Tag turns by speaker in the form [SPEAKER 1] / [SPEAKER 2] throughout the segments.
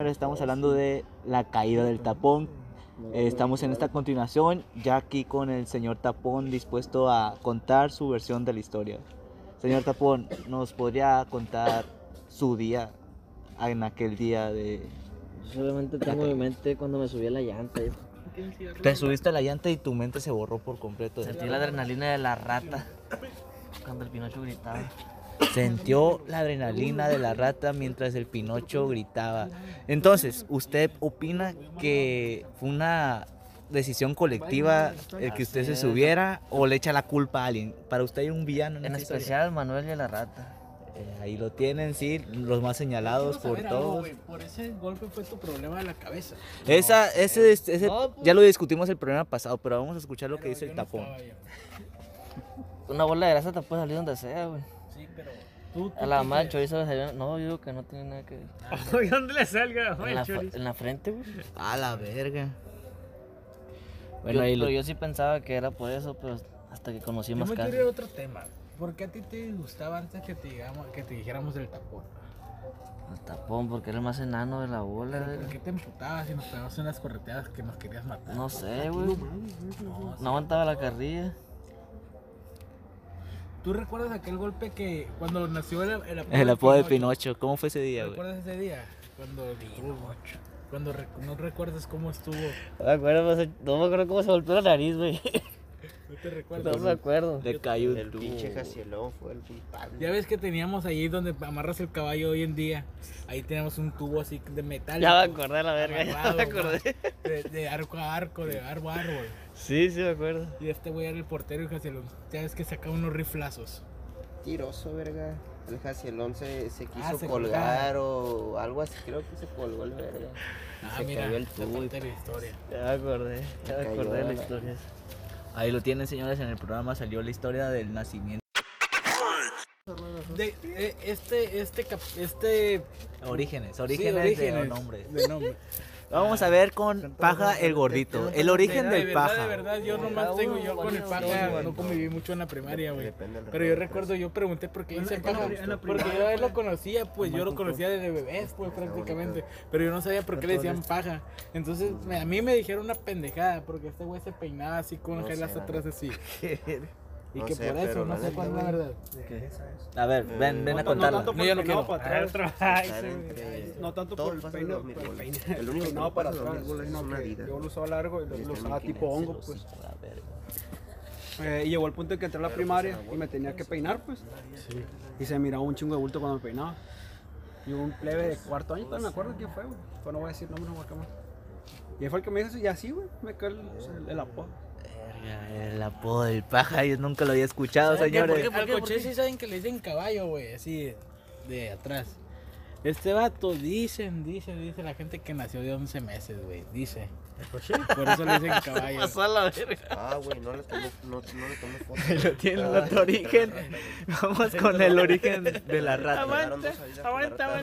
[SPEAKER 1] estamos hablando de la caída del tapón. Eh, estamos en esta continuación, ya aquí con el señor Tapón dispuesto a contar su versión de la historia. Señor Tapón, ¿nos podría contar su día en aquel día de...
[SPEAKER 2] Solamente tengo en mi mente cuando me subí a la llanta. hijo.
[SPEAKER 1] Te subiste a la llanta y tu mente se borró por completo.
[SPEAKER 2] Sentí la adrenalina de la rata cuando el Pinocho gritaba.
[SPEAKER 1] Sentió la adrenalina de la rata mientras el Pinocho gritaba. Entonces, ¿usted opina que fue una decisión colectiva el que usted
[SPEAKER 2] Así
[SPEAKER 1] se
[SPEAKER 2] es.
[SPEAKER 1] subiera o le echa la culpa a alguien? Para usted hay un villano en,
[SPEAKER 2] En
[SPEAKER 1] esta historia.
[SPEAKER 2] especial Manuel y la rata.
[SPEAKER 1] Eh, ahí lo tienen, sí, los más señalados
[SPEAKER 3] Quiero
[SPEAKER 1] por
[SPEAKER 3] saber algo,
[SPEAKER 1] todos.
[SPEAKER 3] güey, por ese golpe fue tu problema de la cabeza.
[SPEAKER 1] Esa,
[SPEAKER 3] eh.
[SPEAKER 1] ese, ese- ese-
[SPEAKER 2] No, pues.
[SPEAKER 1] ya lo discutimos el programa pasado, pero vamos a escuchar lo que
[SPEAKER 3] Pero
[SPEAKER 1] dice el
[SPEAKER 3] yo no
[SPEAKER 1] tapón.
[SPEAKER 3] estaba yo.
[SPEAKER 2] Una bola de grasa te puede salir donde sea, güey.
[SPEAKER 3] Sí, pero tú, tú
[SPEAKER 2] A la
[SPEAKER 3] qué
[SPEAKER 2] madre, chorizo le salió. No, yo digo que no tiene nada que ver.
[SPEAKER 4] Oye, ¿dónde le salga?
[SPEAKER 2] En
[SPEAKER 4] güey,
[SPEAKER 2] la,
[SPEAKER 4] chorizo?
[SPEAKER 2] fr- en la frente, güey.
[SPEAKER 1] A la verga.
[SPEAKER 2] Bueno,
[SPEAKER 1] Bueno, ahí lo-
[SPEAKER 2] Pero yo sí pensaba que era por eso, pero hasta que conocí
[SPEAKER 3] crees?
[SPEAKER 2] más
[SPEAKER 3] Yo me
[SPEAKER 2] casos.
[SPEAKER 3] quiero ir a otro tema. ¿Por qué a ti te gustaba antes que te, digamos, que te dijéramos del tapón?
[SPEAKER 2] El tapón, porque era el más enano de la bola,
[SPEAKER 3] Pero ¿Por
[SPEAKER 2] güey.
[SPEAKER 3] qué te emputabas y nos pegabas unas correteadas que nos querías matar?
[SPEAKER 2] No sé, güey. No aguantaba la carrilla.
[SPEAKER 3] ¿Tú recuerdas aquel golpe que cuando nació el, el
[SPEAKER 1] El apodo de
[SPEAKER 3] Pinocho?
[SPEAKER 1] Pinocho, ¿cómo fue ese día, güey?
[SPEAKER 3] ¿Recuerdas ese día? Cuando Pinocho. Cuando rec- no recuerdas cómo estuvo.
[SPEAKER 2] No me acuerdo, pues, no me acuerdo cómo se golpeó la nariz, güey.
[SPEAKER 3] No te
[SPEAKER 2] No
[SPEAKER 3] recuerdas.
[SPEAKER 2] me acuerdo.
[SPEAKER 1] Le cayó
[SPEAKER 5] El
[SPEAKER 1] tubo,
[SPEAKER 5] pinche
[SPEAKER 1] güey.
[SPEAKER 5] Jacielón fue el culpable.
[SPEAKER 3] Ya ves que teníamos ahí donde amarras el caballo hoy en día. Ahí teníamos un tubo así de metal.
[SPEAKER 2] Ya me acordé la verga, ya
[SPEAKER 3] amarrado,
[SPEAKER 2] me acordé.
[SPEAKER 3] De, de arco a arco, de árbol a árbol.
[SPEAKER 2] Sí, sí me acuerdo.
[SPEAKER 3] Y este güey era el portero y Jacielón. Ya ves que sacaba unos riflazos.
[SPEAKER 5] Tiroso, verga. El Jacielón se,
[SPEAKER 1] Ah,
[SPEAKER 5] se quiso
[SPEAKER 3] se
[SPEAKER 5] colgar o algo así. Creo que se colgó el verga. Y
[SPEAKER 3] Ah,
[SPEAKER 5] se
[SPEAKER 3] mira,
[SPEAKER 5] cayó el
[SPEAKER 3] la
[SPEAKER 5] tubo. y-
[SPEAKER 3] parte de la historia.
[SPEAKER 2] Ya me acordé, ya me
[SPEAKER 5] cayó
[SPEAKER 2] acordé de la
[SPEAKER 5] la-
[SPEAKER 2] historia.
[SPEAKER 1] Ahí lo tienen, señores, en el programa salió la historia del nacimiento.
[SPEAKER 3] De- eh, este, este, cap- este.
[SPEAKER 1] Orígenes,
[SPEAKER 3] sí,
[SPEAKER 1] orígenes, de
[SPEAKER 3] orígenes
[SPEAKER 1] nombres.
[SPEAKER 3] de nombre.
[SPEAKER 1] Vamos a ver con Paja el Gordito, el origen
[SPEAKER 3] De
[SPEAKER 1] del
[SPEAKER 3] verdad,
[SPEAKER 1] paja.
[SPEAKER 3] De verdad, yo nomás tengo yo con el paja, no conviví mucho en la primaria, güey.
[SPEAKER 5] Depende del
[SPEAKER 3] Pero yo
[SPEAKER 5] recuerdo. pues.
[SPEAKER 3] recuerdo, yo pregunté por qué hice
[SPEAKER 4] en la-
[SPEAKER 3] paja.
[SPEAKER 4] en la
[SPEAKER 3] Porque
[SPEAKER 4] primaria,
[SPEAKER 3] yo a él lo conocía, pues yo lo conocía desde bebés, pues prácticamente. Pero yo no sabía por qué le decían paja. Entonces me- a mí me dijeron una pendejada, porque este güey se peinaba así con
[SPEAKER 5] No sé,
[SPEAKER 3] gelas
[SPEAKER 5] la
[SPEAKER 3] atrás así. Y
[SPEAKER 5] No
[SPEAKER 3] que
[SPEAKER 5] sé,
[SPEAKER 3] por
[SPEAKER 5] pero
[SPEAKER 3] eso,
[SPEAKER 5] la
[SPEAKER 3] no sé
[SPEAKER 5] neta,
[SPEAKER 3] cuál es la
[SPEAKER 5] güey.
[SPEAKER 3] verdad.
[SPEAKER 1] A ver, ven, ven a contarla.
[SPEAKER 3] No, yo no quiero.
[SPEAKER 4] Para otro. Ay,
[SPEAKER 5] Estar
[SPEAKER 4] se-
[SPEAKER 5] entre-
[SPEAKER 6] No tanto
[SPEAKER 5] todos
[SPEAKER 6] por el
[SPEAKER 5] pasan
[SPEAKER 6] peino,
[SPEAKER 5] los mismos
[SPEAKER 6] por el
[SPEAKER 5] goles.
[SPEAKER 6] peine.
[SPEAKER 5] El único que
[SPEAKER 6] No, para
[SPEAKER 5] pasa los
[SPEAKER 6] atrás,
[SPEAKER 5] mismos goles
[SPEAKER 6] no,
[SPEAKER 5] es Este, una
[SPEAKER 6] que
[SPEAKER 5] vida.
[SPEAKER 6] yo lo usaba largo y lo,
[SPEAKER 5] Desde
[SPEAKER 6] lo usaba tipo
[SPEAKER 5] 1900
[SPEAKER 6] hongo, pues. Eh, y llegó el punto en que entré a
[SPEAKER 5] pues
[SPEAKER 6] la primaria y me tenía que peinar, pues. Y se miraba un chingo de bulto cuando me peinaba. Y hubo un plebe de cuarto año, todavía me acuerdo quién fue, güey. Pero no voy a decir nombres, no voy a quemar. Y él fue el que me dijo eso, y así, güey, me cayó el, el- el apodo.
[SPEAKER 1] Verga, El apodo del paja, yo nunca lo había escuchado, señores.
[SPEAKER 3] Al coche sí saben que le dicen caballo, güey, así de, de atrás. Este vato, dicen, dicen, dice la gente que nació de 11 meses, güey, dice. Por eso le dicen caballo.
[SPEAKER 5] Ah, güey, no le tomé, no, no le tomé foto.
[SPEAKER 1] Tiene otro origen. Vamos con el origen de la rata.
[SPEAKER 5] Aguanta, aguanta.
[SPEAKER 3] A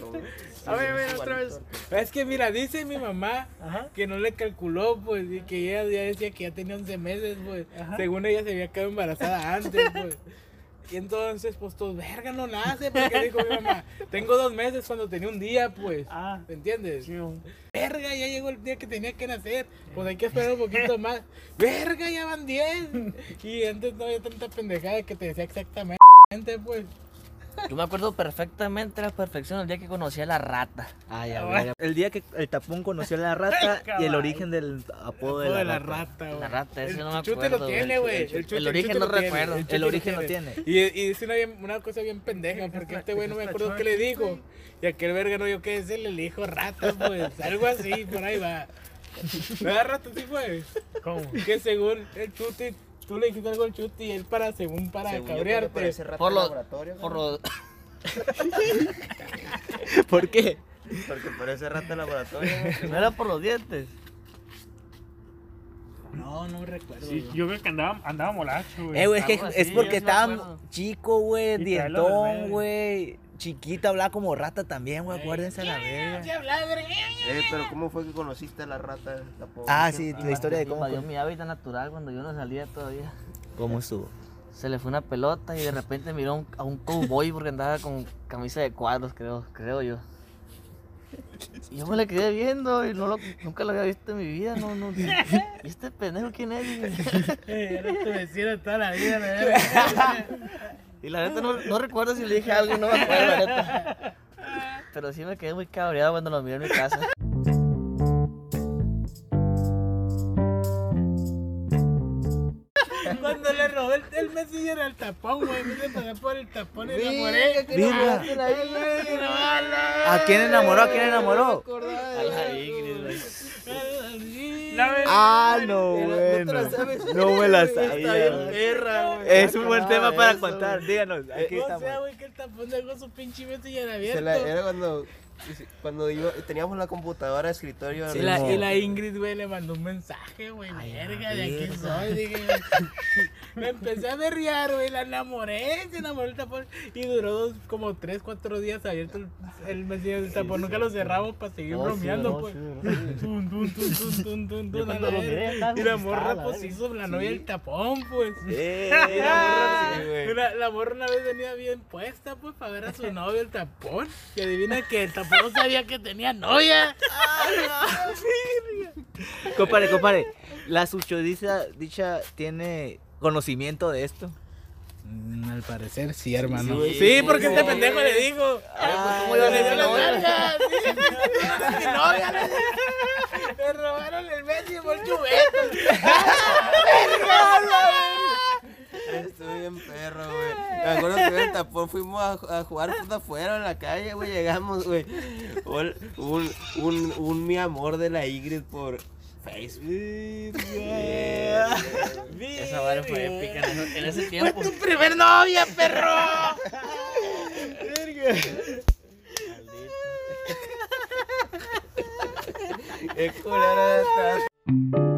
[SPEAKER 3] ver, a ver, otra vez. Es que mira, dice mi mamá que no le calculó, pues, y que ella ya decía que ya tenía 11 meses, pues. Según ella se había quedado embarazada antes, pues. Y entonces, pues, todo, verga, no nace, porque dijo mi mamá, tengo dos meses cuando tenía un día, pues.
[SPEAKER 4] Ah,
[SPEAKER 3] ¿Me entiendes? Verga, ya llegó el día que tenía que nacer. Pues hay que esperar un poquito más. Verga, ya van 10. Y antes no había tanta pendejada que te decía exactamente, pues.
[SPEAKER 2] Yo me acuerdo perfectamente a la perfección el día que conocí a la rata.
[SPEAKER 1] Ay,
[SPEAKER 3] Ah,
[SPEAKER 1] a ver, El día que el tapón conoció a la rata y el origen del apodo de
[SPEAKER 3] Todo
[SPEAKER 1] la,
[SPEAKER 3] de la
[SPEAKER 1] rata.
[SPEAKER 3] rata, güey.
[SPEAKER 2] La rata, ese
[SPEAKER 3] El
[SPEAKER 2] no me
[SPEAKER 3] chute
[SPEAKER 2] acuerdo,
[SPEAKER 3] lo
[SPEAKER 2] güey.
[SPEAKER 3] tiene,
[SPEAKER 2] El
[SPEAKER 3] güey.
[SPEAKER 2] chute- el
[SPEAKER 3] chute-
[SPEAKER 2] origen
[SPEAKER 3] chute
[SPEAKER 2] no
[SPEAKER 3] lo tiene,
[SPEAKER 2] recuerdo.
[SPEAKER 3] chute
[SPEAKER 1] El
[SPEAKER 3] lo
[SPEAKER 1] origen no tiene.
[SPEAKER 3] Y, y dice una, bien- una cosa bien pendeja, porque este güey no me acuerdo qué le dijo. Y aquel verga no yo qué es el hijo rata, pues. Algo así, por ahí va. ¿Verdad, rata? Sí, fue.
[SPEAKER 4] ¿cómo?
[SPEAKER 3] Que según el chute, tú le dijiste algo al chute y él para, según para cabrearte.
[SPEAKER 2] Por
[SPEAKER 5] Por
[SPEAKER 2] lo-
[SPEAKER 5] los laboratorio.
[SPEAKER 2] Por
[SPEAKER 5] güey.
[SPEAKER 2] lo-
[SPEAKER 1] ¿Por qué?
[SPEAKER 5] Porque parece rata de laboratorio.
[SPEAKER 2] no era por los dientes.
[SPEAKER 3] No, no recuerdo.
[SPEAKER 4] Sí,
[SPEAKER 3] güey.
[SPEAKER 4] yo creo que andaba, andaba molacho,
[SPEAKER 3] Pues,
[SPEAKER 4] güey.
[SPEAKER 1] Eh, güey, es, que
[SPEAKER 2] Algo así,
[SPEAKER 1] es porque
[SPEAKER 2] yo sí me
[SPEAKER 1] estaba
[SPEAKER 2] acuerdo.
[SPEAKER 1] chico, güey,
[SPEAKER 4] Y traía los
[SPEAKER 1] dientón,
[SPEAKER 4] verdes.
[SPEAKER 1] güey. Chiquita, hablaba como rata también, güey,
[SPEAKER 3] Ey.
[SPEAKER 1] acuérdense a la verga.
[SPEAKER 5] Eh, pero ¿cómo fue que conociste a la rata? La pobre?
[SPEAKER 1] Ah, sí, la
[SPEAKER 2] Invadió-
[SPEAKER 1] historia de cómo,
[SPEAKER 2] Invadió mi hábitat natural cuando yo no salía todavía.
[SPEAKER 1] cómo estuvo.
[SPEAKER 2] Se le fue una pelota y de repente miró a un- a un cowboy porque andaba con camisa de cuadros, creo, creo yo. Y yo me la quedé viendo y no lo, nunca lo había visto en mi vida, no, no. ¿Y este pendejo quién es?
[SPEAKER 3] Eh, Era tu vecino toda la vida, la verdad.
[SPEAKER 2] Y la neta no, no recuerdo si le dije algo, no me acuerdo, la neta. Pero sí me quedé muy cabreado cuando lo miré en mi casa.
[SPEAKER 3] Cuando le robé el, el messenger al tapón, güey. Me hice pasar por el tapón y la moré. ah,
[SPEAKER 1] Virga. ¿A quién enamoró? ¿A quién enamoró? Ah, no, bueno. No me la sabía. Es un
[SPEAKER 5] Ah,
[SPEAKER 1] buen tema para contar. Díganos. Aquí
[SPEAKER 3] Eh, O
[SPEAKER 1] estamos.
[SPEAKER 3] sea, güey, que el tapón dejó su pinche messenger
[SPEAKER 5] Se la-
[SPEAKER 3] abierto.
[SPEAKER 5] era cuando, cuando iba- teníamos la computadora de escritorio.
[SPEAKER 3] Y la, y la Ingrid, güey, le mandó un mensaje, güey, verga, de aquí soy, dije, güey. Me empecé a berrear, güey, la enamoré, se enamoró el tapón. Y duró dos, como tres, cuatro días abierto el, el messenger del tapón. Nunca lo cerramos para seguir
[SPEAKER 5] Oh,
[SPEAKER 3] bromeando, pues. Tun, tun, tun, tun, tun, tun, tun, a la verga. Y la morra, pues, hizo la novia del tapón, pues. Y la morra- la, la morra una vez venía bien puesta, pues, para ver a su novio el tapón. Y adivina que el tapón no sabía que tenía novia.
[SPEAKER 1] Compare, compare. La suchodiza dicha tiene conocimiento de esto.
[SPEAKER 3] al parecer sí, hermano.
[SPEAKER 1] güey.
[SPEAKER 3] Sí, porque este pendejo le dijo.
[SPEAKER 1] Ah, pues, ¿cómo
[SPEAKER 3] le
[SPEAKER 1] iba a
[SPEAKER 3] dio
[SPEAKER 1] decir
[SPEAKER 3] las
[SPEAKER 1] novia?
[SPEAKER 3] nalgas. sí. Mi novia, le dijo. Le robaron el Messi por chubete.
[SPEAKER 5] Estuve bien perro, güey. Me acuerdo que en el tapón fuimos a, a jugar fútbol afuera en la calle, güey. Llegamos, güey. Un, un, un, un mi amor de la Ingrid por Facebook.
[SPEAKER 2] Esa madre fue épica en ese- en ese
[SPEAKER 3] Fue
[SPEAKER 2] tiempo.
[SPEAKER 3] tu primer novia, perro.
[SPEAKER 5] Qué culero de estar.